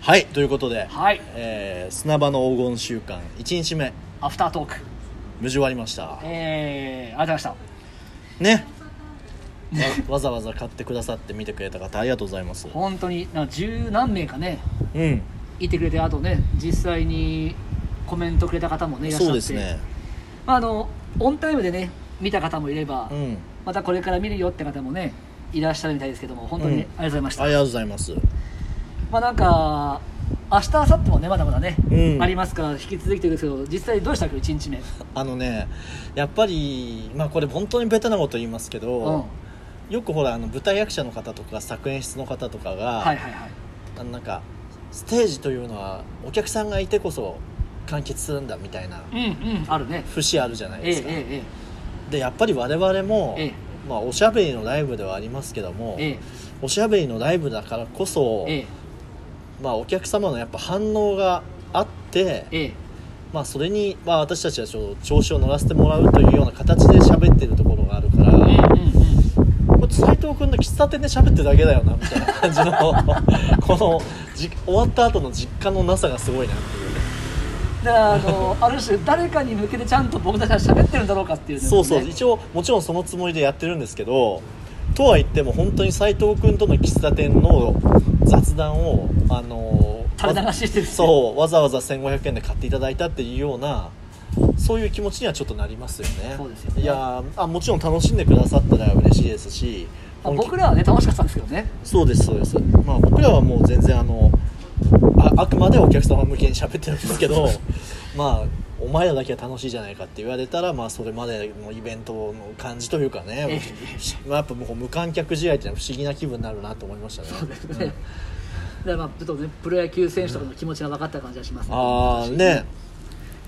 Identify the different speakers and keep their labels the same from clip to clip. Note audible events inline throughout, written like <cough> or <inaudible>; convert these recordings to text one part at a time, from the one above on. Speaker 1: はいということで、
Speaker 2: はい
Speaker 1: えー砂場の黄金週間1日目
Speaker 2: アフタートーク
Speaker 1: 無事終わりました
Speaker 2: えー、ありがとうございまし
Speaker 1: ね
Speaker 2: <laughs>
Speaker 1: わわざわざ買ってくださって見てくれた方ありがとうございます
Speaker 2: た本当になんか十何名かね
Speaker 1: うん
Speaker 2: いてくれてあとね実際にコメントくれた方もねいらっしゃって
Speaker 1: そうですね
Speaker 2: まあ、あのオンタイムでね見た方もいれば、
Speaker 1: うん
Speaker 2: またこれから見るよって方もねいらっしゃるみたいですけども本当にね、
Speaker 1: うん
Speaker 2: ありがとうございました
Speaker 1: ありがとうございます
Speaker 2: まあなんか明日明後日もねまだまだね、
Speaker 1: うん
Speaker 2: ありますから引き続きということですけど実際どうしたっけ1日目
Speaker 1: あのねやっぱりまあこれ本当にベタなこと言いますけ
Speaker 2: うん
Speaker 1: ど、よくほらあの舞台役者の方とか作演室の方とかが、
Speaker 2: はいはいはい
Speaker 1: あのなんかステージというのはお客さんがいてこそ完結するんだみたいな
Speaker 2: うんうんあるね
Speaker 1: 節あるじゃない
Speaker 2: ええ
Speaker 1: です
Speaker 2: え
Speaker 1: か、
Speaker 2: え
Speaker 1: でやっぱり我々も、
Speaker 2: ええ
Speaker 1: まあ、おしゃべりのライブではありますけども、
Speaker 2: ええ
Speaker 1: おしゃべりのライブだからこそ、
Speaker 2: ええ
Speaker 1: まあ、お客様のやっぱ反応があって、
Speaker 2: ええ
Speaker 1: まあ、それに、まあ、私たちはちょっと調子を乗らせてもらうというような形で喋ってるところがあるから、
Speaker 2: うんうんうん
Speaker 1: これ斉藤君の喫茶店で喋ってるだけだよなみたいな感じの <laughs> このじ終わった後の実家のなさがすごいなっていうね。
Speaker 2: だからあの
Speaker 1: <laughs>
Speaker 2: ある種誰かに向けてちゃんと僕たちは喋ってるんだろうかっていうね
Speaker 1: そうそう
Speaker 2: ね
Speaker 1: 一応もちろんそのつもりでやってるんですけどとは言っても本当に斎藤君との喫茶店の雑談をあのー
Speaker 2: 垂れ流ししてる
Speaker 1: そうわざわざ1500円で買っていただいたっていうようなそういう気持ちにはちょっとなりますよね
Speaker 2: そうですよね
Speaker 1: いやーあもちろん楽しんでくださったら嬉しいですし
Speaker 2: まあ
Speaker 1: 本気
Speaker 2: 僕らはね楽しかったんですけどね
Speaker 1: そうですそうですまあ僕らはもう全然あのああくまでお客様向けに喋ってるんですけ
Speaker 2: <laughs>
Speaker 1: どまあお前らだけは楽しいじゃないかって言われたらまあそれまでのイベントの感じというかね <laughs> まあやっぱもう無観客試合っていうのは不思議な気分になるなと思いましたね
Speaker 2: そうですね、だからまあちょっとねプロ野球選手とかの気持ちが分かった感じがしますね、
Speaker 1: ああね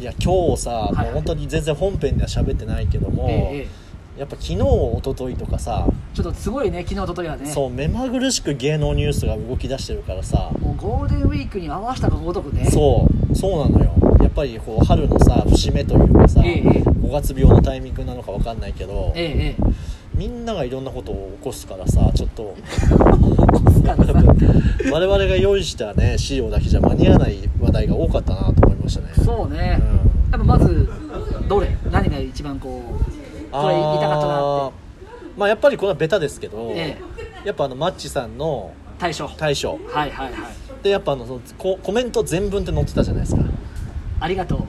Speaker 1: いや今日さ、
Speaker 2: い
Speaker 1: もう本当に全然本編では喋ってないけども、
Speaker 2: ええええ
Speaker 1: やっぱ昨日一昨日とかさ、
Speaker 2: ちょっとすごいね昨日一昨日はね
Speaker 1: そう目まぐるしく芸能ニュースが動き出してるからさ、
Speaker 2: もうゴールデンウィークに合わせたかごとくね
Speaker 1: そうそうなのよやっぱりこう春のさ節目というかさ、
Speaker 2: ええ
Speaker 1: 5月病のタイミングなのかわかんないけど、
Speaker 2: ええええ
Speaker 1: みんながいろんなことを起こすからさちょっと <laughs>
Speaker 2: つかのさ
Speaker 1: 我々が用意したね資料だけじゃ間に合わない話題が多かったなと思いましたね
Speaker 2: そうね、
Speaker 1: う
Speaker 2: やっぱまずどれ何が一番こうこれ言いたかったな
Speaker 1: あ
Speaker 2: って
Speaker 1: ーまあやっぱりこれはベタですけど、
Speaker 2: え
Speaker 1: やっぱあのマッチさんの
Speaker 2: 大賞はい
Speaker 1: 大賞
Speaker 2: はいはい
Speaker 1: でやっぱあのそのココメント全文って載ってたじゃないですか
Speaker 2: ありがとう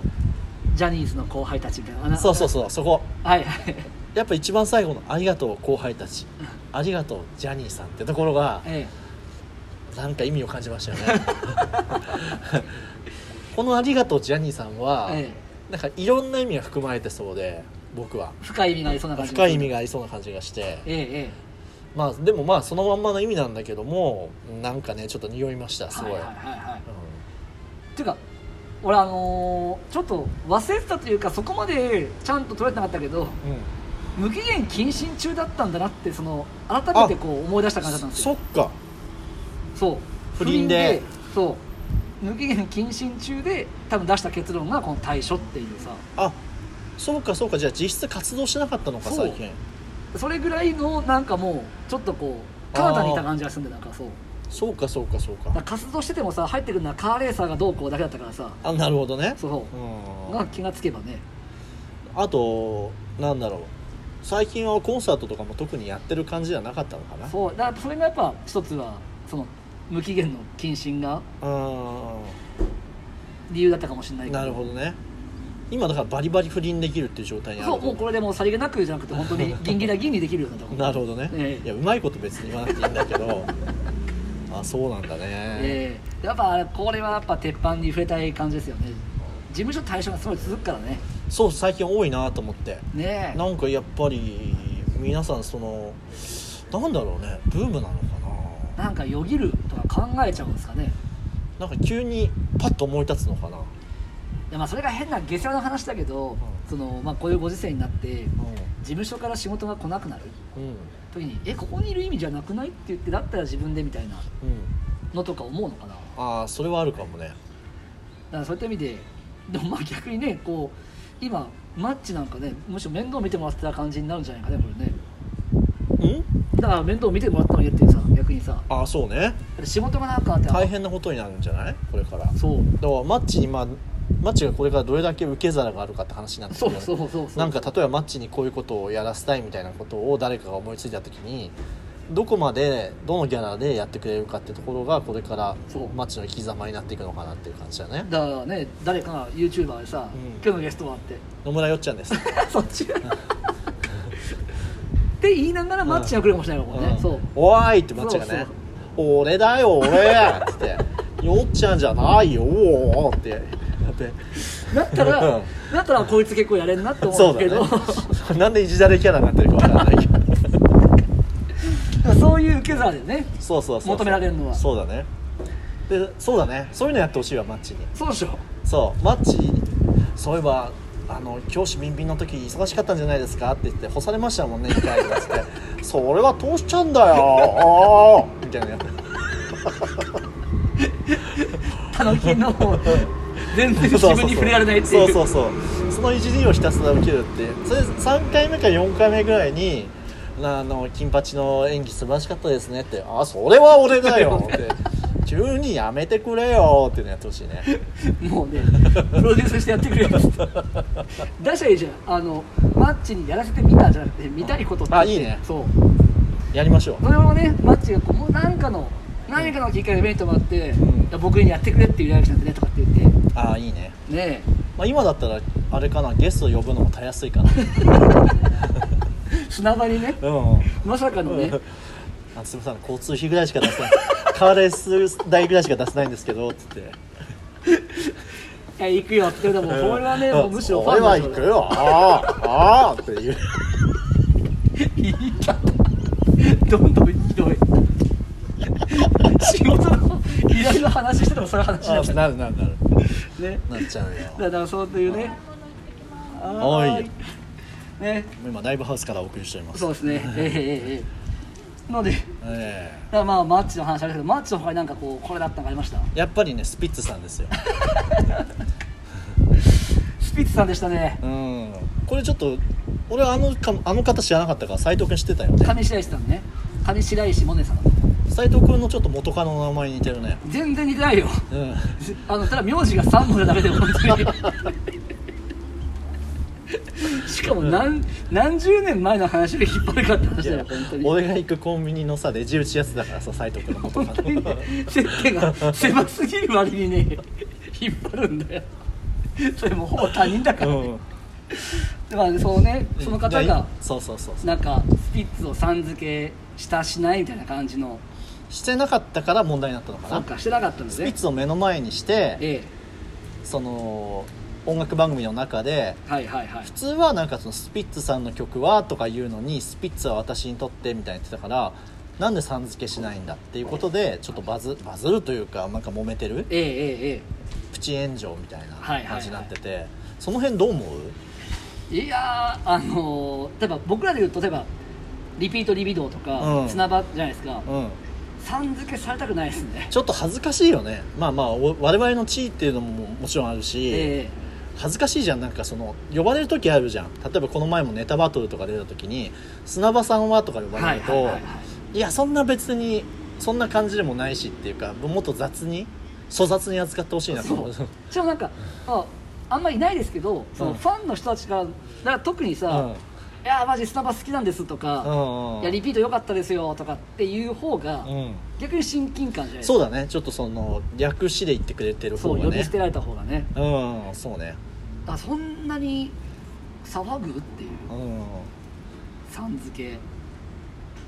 Speaker 2: ジャニーズの後輩たちみたいなあの
Speaker 1: そうそうそうそこ
Speaker 2: はいはい
Speaker 1: やっぱ一番最後の「ありがとう後輩たち」「ありがとうジャニーさん」ってところが
Speaker 2: え
Speaker 1: なんか意味を感じましたよ
Speaker 2: <laughs>
Speaker 1: ねこの「ありがとうジャニーさんは」
Speaker 2: え
Speaker 1: なんかいろんな意味が含まれてそうで僕は
Speaker 2: え深い意味がありそうな感じ
Speaker 1: 深い意味
Speaker 2: が
Speaker 1: がありそうな感じがして
Speaker 2: えええ
Speaker 1: まあでもまあそのまんまの意味なんだけどもなんかねちょっと匂いました
Speaker 2: え
Speaker 1: すごい、
Speaker 2: はいはいはいはいっていうか俺あのーちょっと忘れてたというかそこまでちゃんと取れてなかったけど
Speaker 1: うんうん
Speaker 2: 無期限謹慎中だったんだなってその改めてこう思い出した感じだったんです
Speaker 1: そ
Speaker 2: よ
Speaker 1: っか
Speaker 2: そう
Speaker 1: 不倫で
Speaker 2: そう無期限謹慎中で多分出した結論がこの対処っていうさ
Speaker 1: あそうかそうかじゃあ実質活動しなかったのか
Speaker 2: そう
Speaker 1: 最近
Speaker 2: それぐらいのなんかもうちょっとこうカナダにいた感じがするんでなんかそう
Speaker 1: そうかそうかそう
Speaker 2: だから
Speaker 1: か
Speaker 2: 活動しててもさ入ってくるのはカーレーサーがどうこうだけだったからさ
Speaker 1: あなるほどね
Speaker 2: そう
Speaker 1: うん
Speaker 2: が気がつけばね
Speaker 1: あとなんだろう最近はコンサートとかも特にやってる感じじゃなかったのかなう
Speaker 2: そうだからそれがやっぱ一つはその無期限の謹慎が
Speaker 1: ー
Speaker 2: 理由だったかもしれないけ
Speaker 1: んなるほどね今だからバリバリ不倫できるっていう状態にある
Speaker 2: そうもうこれでもうさりげなくじゃなくて本当にギンギラギンにできるようになった
Speaker 1: なるほどね、
Speaker 2: ええ
Speaker 1: いやうまいこと別に言わなくていいんだけど <laughs> あそうなんだね、
Speaker 2: ええやっぱこれはやっぱ鉄板に触れたい感じですよね事務所対象がすごい続くからね
Speaker 1: そう最近多いなと思って
Speaker 2: ねえ
Speaker 1: なんかやっぱり皆さんそのなんだろうねブームなのかな
Speaker 2: なんかよぎるとか考えちゃうんですかね
Speaker 1: なんか急にパッと思い立つのかな、
Speaker 2: いやまあそれが変な下世話の話だけど、そのまあ、こういうご時世になって事務所から仕事が来なくなる
Speaker 1: うんうん
Speaker 2: 時に「えここにいる意味じゃなくない?」って言ってだったら自分でみたいな
Speaker 1: うん
Speaker 2: のとか思うのかなだか
Speaker 1: ああそれはあるかもね
Speaker 2: らそういった意味ででもまあ逆にねこう今マッチなんかねむしろ面倒見てもらってた感じになるんじゃないかねこれね
Speaker 1: うん
Speaker 2: だから面倒見てもらったのにっていうさ逆にささ
Speaker 1: ああそうね
Speaker 2: 仕事がなんかあって
Speaker 1: 大変なことになるんじゃないこれからだか
Speaker 2: そう
Speaker 1: らマッチにまあマッチがこれからどれだけ受け皿があるかって話になってく
Speaker 2: そ
Speaker 1: る
Speaker 2: う
Speaker 1: よね
Speaker 2: そうそうそう
Speaker 1: なんか例えばマッチにこういうことをやらせたいみたいなことを誰かが思いついた時にどこまでどのギャラでやってくれるかってところがこれから
Speaker 2: そう
Speaker 1: マッチの生き様になっていくのかなっていう感じだね
Speaker 2: だからね誰かが YouTuber でさ、
Speaker 1: うん
Speaker 2: 今日のゲストは」って
Speaker 1: <laughs> 野村よっちゃんです
Speaker 2: そ <laughs> っちがって言いながらマッチが来るかもしれないからね、
Speaker 1: うん
Speaker 2: そう
Speaker 1: おーいってマッチがね俺だよ俺っつってよっちゃんじゃないよおーってやって
Speaker 2: だった
Speaker 1: う
Speaker 2: ら
Speaker 1: ん
Speaker 2: だったらこいつ結構やれんなって思
Speaker 1: そうう
Speaker 2: け
Speaker 1: だ
Speaker 2: ど
Speaker 1: ね <laughs> なんでいじられキャラになってるかわからないけど
Speaker 2: <laughs> そう,、いう受け皿だよね
Speaker 1: そうそうそうそう
Speaker 2: 求められるのは
Speaker 1: そうだねでそうだねそういうのやってほしいわマッチに
Speaker 2: そうでしょ
Speaker 1: そうマッチそういえばあの教師ビンビンの時忙しかったんじゃないですかって言って干されましたもんね一回とかつって「それは通しちゃうんだよあー」みたいなや
Speaker 2: たぬきの全然
Speaker 1: つ
Speaker 2: 自分に触れられないって
Speaker 1: そ
Speaker 2: いうう
Speaker 1: そうそうそのいじりをひたすら受けるっていうそれ3回目か4回目ぐらいに「なあの金八の演技素晴らしかったですね」って「あそれは俺だよ」
Speaker 2: <laughs>
Speaker 1: って「急にやめてくれよ」っていうのやってほしいね
Speaker 2: もうねプロデュースしてやってくれよ出したらいいじゃんあのマッチにやらせてみたじゃなくて見たいことって
Speaker 1: あいいね
Speaker 2: そう
Speaker 1: やりましょう
Speaker 2: それをねマッチがこうもう何かの何かのきっかけでイベントがあって、
Speaker 1: ん
Speaker 2: いや僕にやってくれっていう依頼が来たんでねとかって言って
Speaker 1: ああいいね
Speaker 2: ね
Speaker 1: まあ、今だったらあれかなゲスト呼ぶのもたやすいか
Speaker 2: <laughs>
Speaker 1: な
Speaker 2: え砂場にね
Speaker 1: うん
Speaker 2: まさかのね
Speaker 1: あすみません交通費ぐらいしか出せないカーレース代ぐらいしか出せないんですけどっつって
Speaker 2: いや行くよって言うのもこれはね、
Speaker 1: うん
Speaker 2: もうむしろファ
Speaker 1: 俺
Speaker 2: ン
Speaker 1: は
Speaker 2: だ
Speaker 1: 行くよああああっていう
Speaker 2: 言い方どんどんひどい仕事の依頼の話しててもそういう話になっちゃ
Speaker 1: なるなるなる
Speaker 2: うね
Speaker 1: なっちゃう
Speaker 2: だ
Speaker 1: よ
Speaker 2: からそうというね
Speaker 1: おい
Speaker 2: はーね
Speaker 1: <laughs> 今ライブハウスからお送りしています
Speaker 2: そうですねええええええのでだか
Speaker 1: え
Speaker 2: らまあマッチの話あるけどマッチの他になんかこうこれだったのがありました
Speaker 1: えやっぱりねスピッツさんです
Speaker 2: <laughs>
Speaker 1: よ
Speaker 2: スピッツさんでしたね
Speaker 1: うんこれちょっと俺はあのかあの方知らなかったから斎藤君知ってたよね
Speaker 2: 上白石さんね上白石萌音さんだと
Speaker 1: 斎藤君のちょっと元カノの名前に似てるね
Speaker 2: 全然似てないよ
Speaker 1: うん
Speaker 2: あのただ名字が3本じゃダメだよ本当に <laughs> しかも何何十年前の話で引っ張るかって話だよ本当に
Speaker 1: 俺が行くコンビニのさレジ打ちやつだからさ斎藤君のこと
Speaker 2: 本
Speaker 1: が
Speaker 2: 当に <laughs> ね接点が狭すぎる割にね引っ張るんだよそれもうほぼ他人だから、ねまあそうねその方
Speaker 1: いや
Speaker 2: が
Speaker 1: そうそうそうそう
Speaker 2: なんかスピッツをさん付けしたしないみたいな感じの
Speaker 1: してなかったから問題になったのか
Speaker 2: な
Speaker 1: なん
Speaker 2: かしてなかったんです
Speaker 1: スピッ
Speaker 2: ね
Speaker 1: ツを目の前にして
Speaker 2: え
Speaker 1: その音楽番組の中で
Speaker 2: えはいはいはい
Speaker 1: 普通はなんかそのスピッツさんの曲はとか言うのにスピッツは私にとってみたいに言ってたからなんでさん付けしないんだっていうことでちょっとバズバズるというかなんか揉めてる
Speaker 2: ええええ
Speaker 1: プチ炎上みたいな
Speaker 2: はいはいはい
Speaker 1: 感じになってて、その辺どう思う
Speaker 2: ええいやーあのー例えば僕らで言うと例えばリピートリビドーとか、
Speaker 1: うん
Speaker 2: 砂場じゃないですか、
Speaker 1: うん
Speaker 2: さん付けされたくないですね
Speaker 1: ちょっと恥ずかしいよねまあまあお我々の地位っていうのももちろんあるし、
Speaker 2: え
Speaker 1: 恥ずかしいじゃんなんかその呼ばれる時あるじゃん例えばこの前もネタバトルとか出た時に「砂場さんは?」とか呼
Speaker 2: え
Speaker 1: ばれると、
Speaker 2: はい
Speaker 1: い
Speaker 2: はいはいはい
Speaker 1: やそんな別にそんな感じでもないしっていうかもっと雑に粗雑に扱ってほしいなと思う
Speaker 2: そしかもなんかああんまりいないですけどその
Speaker 1: うん
Speaker 2: ファンの人たちがだから特に
Speaker 1: う
Speaker 2: さ
Speaker 1: ん
Speaker 2: 「いやーマジスナバ好きなんです」と
Speaker 1: う
Speaker 2: か
Speaker 1: ん
Speaker 2: 「
Speaker 1: うん
Speaker 2: いやリピート良かったですよ」とかっていう方が
Speaker 1: うん
Speaker 2: 逆に親近感じゃないです
Speaker 1: そ
Speaker 2: か
Speaker 1: うだねちょっとその略しで言ってくれてる
Speaker 2: そ
Speaker 1: 方
Speaker 2: う
Speaker 1: が
Speaker 2: 呼び
Speaker 1: ね
Speaker 2: 捨てられた方がね
Speaker 1: うんそうね
Speaker 2: だからそんなに騒ぐっていう
Speaker 1: うん
Speaker 2: さん付け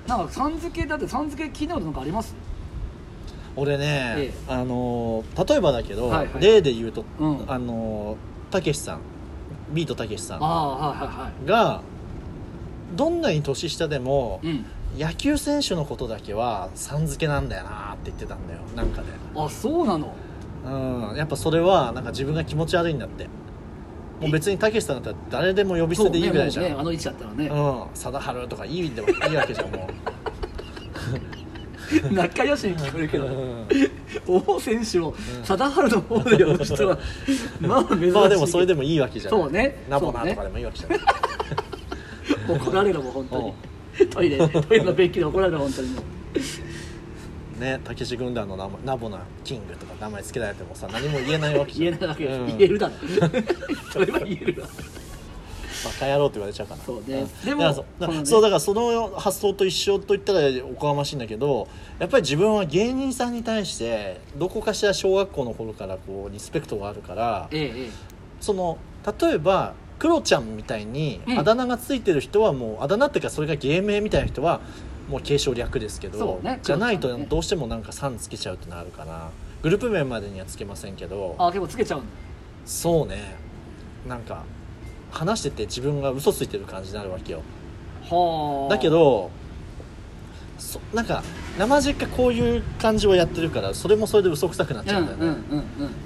Speaker 2: なんかさん付けだってさん付け聞いたことなんかあります
Speaker 1: 俺ね、
Speaker 2: ええ
Speaker 1: あのー例えばだけど、
Speaker 2: はいはい
Speaker 1: 例で言うと、
Speaker 2: うん
Speaker 1: あのーたけしさんビートたけしさん
Speaker 2: ああはいはいは
Speaker 1: がどんなに年下でも
Speaker 2: いうん
Speaker 1: 野球選手のことだけはさん付けなんだよなって言ってたんだよなんかね
Speaker 2: あそうなの
Speaker 1: うんやっぱそれはなんか自分が気持ち悪いんだってもう別にたけしさんだったら誰でも呼び捨てでいいぐらいじゃん
Speaker 2: そうねもうねあの位置だったらね
Speaker 1: うん貞治とかいいでもいいわけじゃんも
Speaker 2: <laughs> 仲良しに聞こえるけ
Speaker 1: う、
Speaker 2: ど
Speaker 1: うん
Speaker 2: 王選手を貞治の方で呼ぶ人
Speaker 1: <laughs>
Speaker 2: はまあ珍しい
Speaker 1: <laughs> まあでもそれでもいいわけじゃん
Speaker 2: そうね
Speaker 1: ナボナ
Speaker 2: そうね
Speaker 1: とかでもいいわけじ
Speaker 2: <laughs>
Speaker 1: ゃん、
Speaker 2: 怒られるもん本当にトイレトイレの便器で怒られる本当にもう
Speaker 1: ねたけし軍団の名前ナボナキングとか名前つけられてもさ何も言えないわけじ
Speaker 2: <laughs> 言
Speaker 1: ゃ
Speaker 2: え
Speaker 1: ん
Speaker 2: ないわけです、
Speaker 1: うん
Speaker 2: 言えるだろそれは言えるわ
Speaker 1: バカ野郎って言われちゃうから
Speaker 2: そうね
Speaker 1: ん
Speaker 2: でも
Speaker 1: だからそだ
Speaker 2: そのね
Speaker 1: そうだからその発想と一緒と言ったらおこがましいんだけどやっぱり自分は芸人さんに対してどこかしら小学校の頃からこうリスペクトがあるから
Speaker 2: ええええ
Speaker 1: その例えばクロちゃんみたいに
Speaker 2: うん
Speaker 1: あだ名がついてる人はもう、あだ名っていうかそれが芸名みたいな人はもう継承略ですけ
Speaker 2: そ
Speaker 1: ど、
Speaker 2: うね
Speaker 1: じゃない
Speaker 2: クロちゃ
Speaker 1: と
Speaker 2: んね
Speaker 1: どうしてもなんか「さん」つけちゃうってのあるからグループ名までにはつけませんけど
Speaker 2: あ結構つけちゃうんだ
Speaker 1: そうねなんか話してて自分が嘘ついてる感じになるわけよ
Speaker 2: はあ
Speaker 1: だけどそなんか生実家こういう感じをやってるからそれもそれで嘘くさくなっ
Speaker 2: う
Speaker 1: ち
Speaker 2: んう
Speaker 1: ゃうん
Speaker 2: ん
Speaker 1: だ
Speaker 2: う
Speaker 1: よ
Speaker 2: ん
Speaker 1: ね、
Speaker 2: うんうん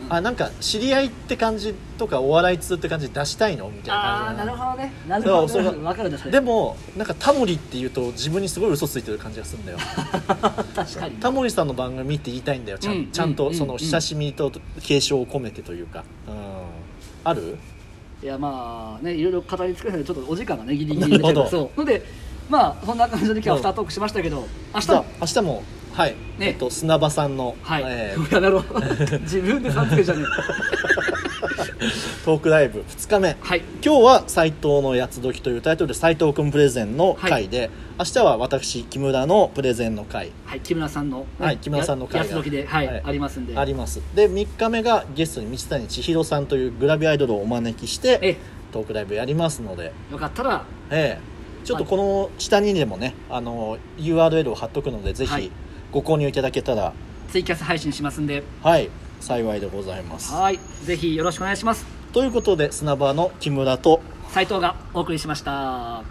Speaker 1: あなんか知り合いって感じとかお笑い通って感じ出したいのみたいな
Speaker 2: ああ
Speaker 1: 感じな
Speaker 2: なる
Speaker 1: の
Speaker 2: ほどねなるほ
Speaker 1: そ
Speaker 2: ど
Speaker 1: う
Speaker 2: ね
Speaker 1: そう
Speaker 2: 分かるんだそれ
Speaker 1: でもなんかタモリっていうと自分にすごい嘘ついてる感じがするんだよ
Speaker 2: <laughs> 確かに
Speaker 1: タモリさんの番組って言いたいんだよちゃん,、
Speaker 2: うん
Speaker 1: ちゃん
Speaker 2: うんう
Speaker 1: と
Speaker 2: ん
Speaker 1: その親しみと継承を込めてというか、うん、ある
Speaker 2: いやまあねいろいろ語り尽くせないちょっとお時間がねギリギ
Speaker 1: な
Speaker 2: リ
Speaker 1: る
Speaker 2: 出
Speaker 1: ほ
Speaker 2: ち
Speaker 1: ど
Speaker 2: ゃうからそう <laughs> のでまあそんな感じで今日はアフタートークしましたけど明日
Speaker 1: 明日
Speaker 2: も
Speaker 1: 明日もはい、えっと砂場さんの、
Speaker 2: はい、
Speaker 1: えー
Speaker 2: <laughs> やだろ
Speaker 1: <laughs>
Speaker 2: う自分でさんつけじゃね
Speaker 1: トークライブ2日目
Speaker 2: えはい
Speaker 1: 今日は斉藤のやつ時というタイトルで斉藤くんプレゼンの回で、明日は私木村のプレゼンの回
Speaker 2: はい木村さんの、ね
Speaker 1: はい木村さんの回が
Speaker 2: ややつ時で、はい
Speaker 1: はい
Speaker 2: ありますんで
Speaker 1: ありますで3日目がゲストに水谷千尋さんというグラビアアイドルをお招きして
Speaker 2: え
Speaker 1: トークライブやりますので、
Speaker 2: よかったら
Speaker 1: ええ、ちょっとこの下にでもねあの URL を貼っとくのでぜ
Speaker 2: は
Speaker 1: ひ
Speaker 2: い
Speaker 1: ご購入いただけたら
Speaker 2: ツイキャス配信しますんで
Speaker 1: はい幸いでございます
Speaker 2: はいぜひよろしくお願いします
Speaker 1: ということで砂場の木村と
Speaker 2: 斉藤がお送りしました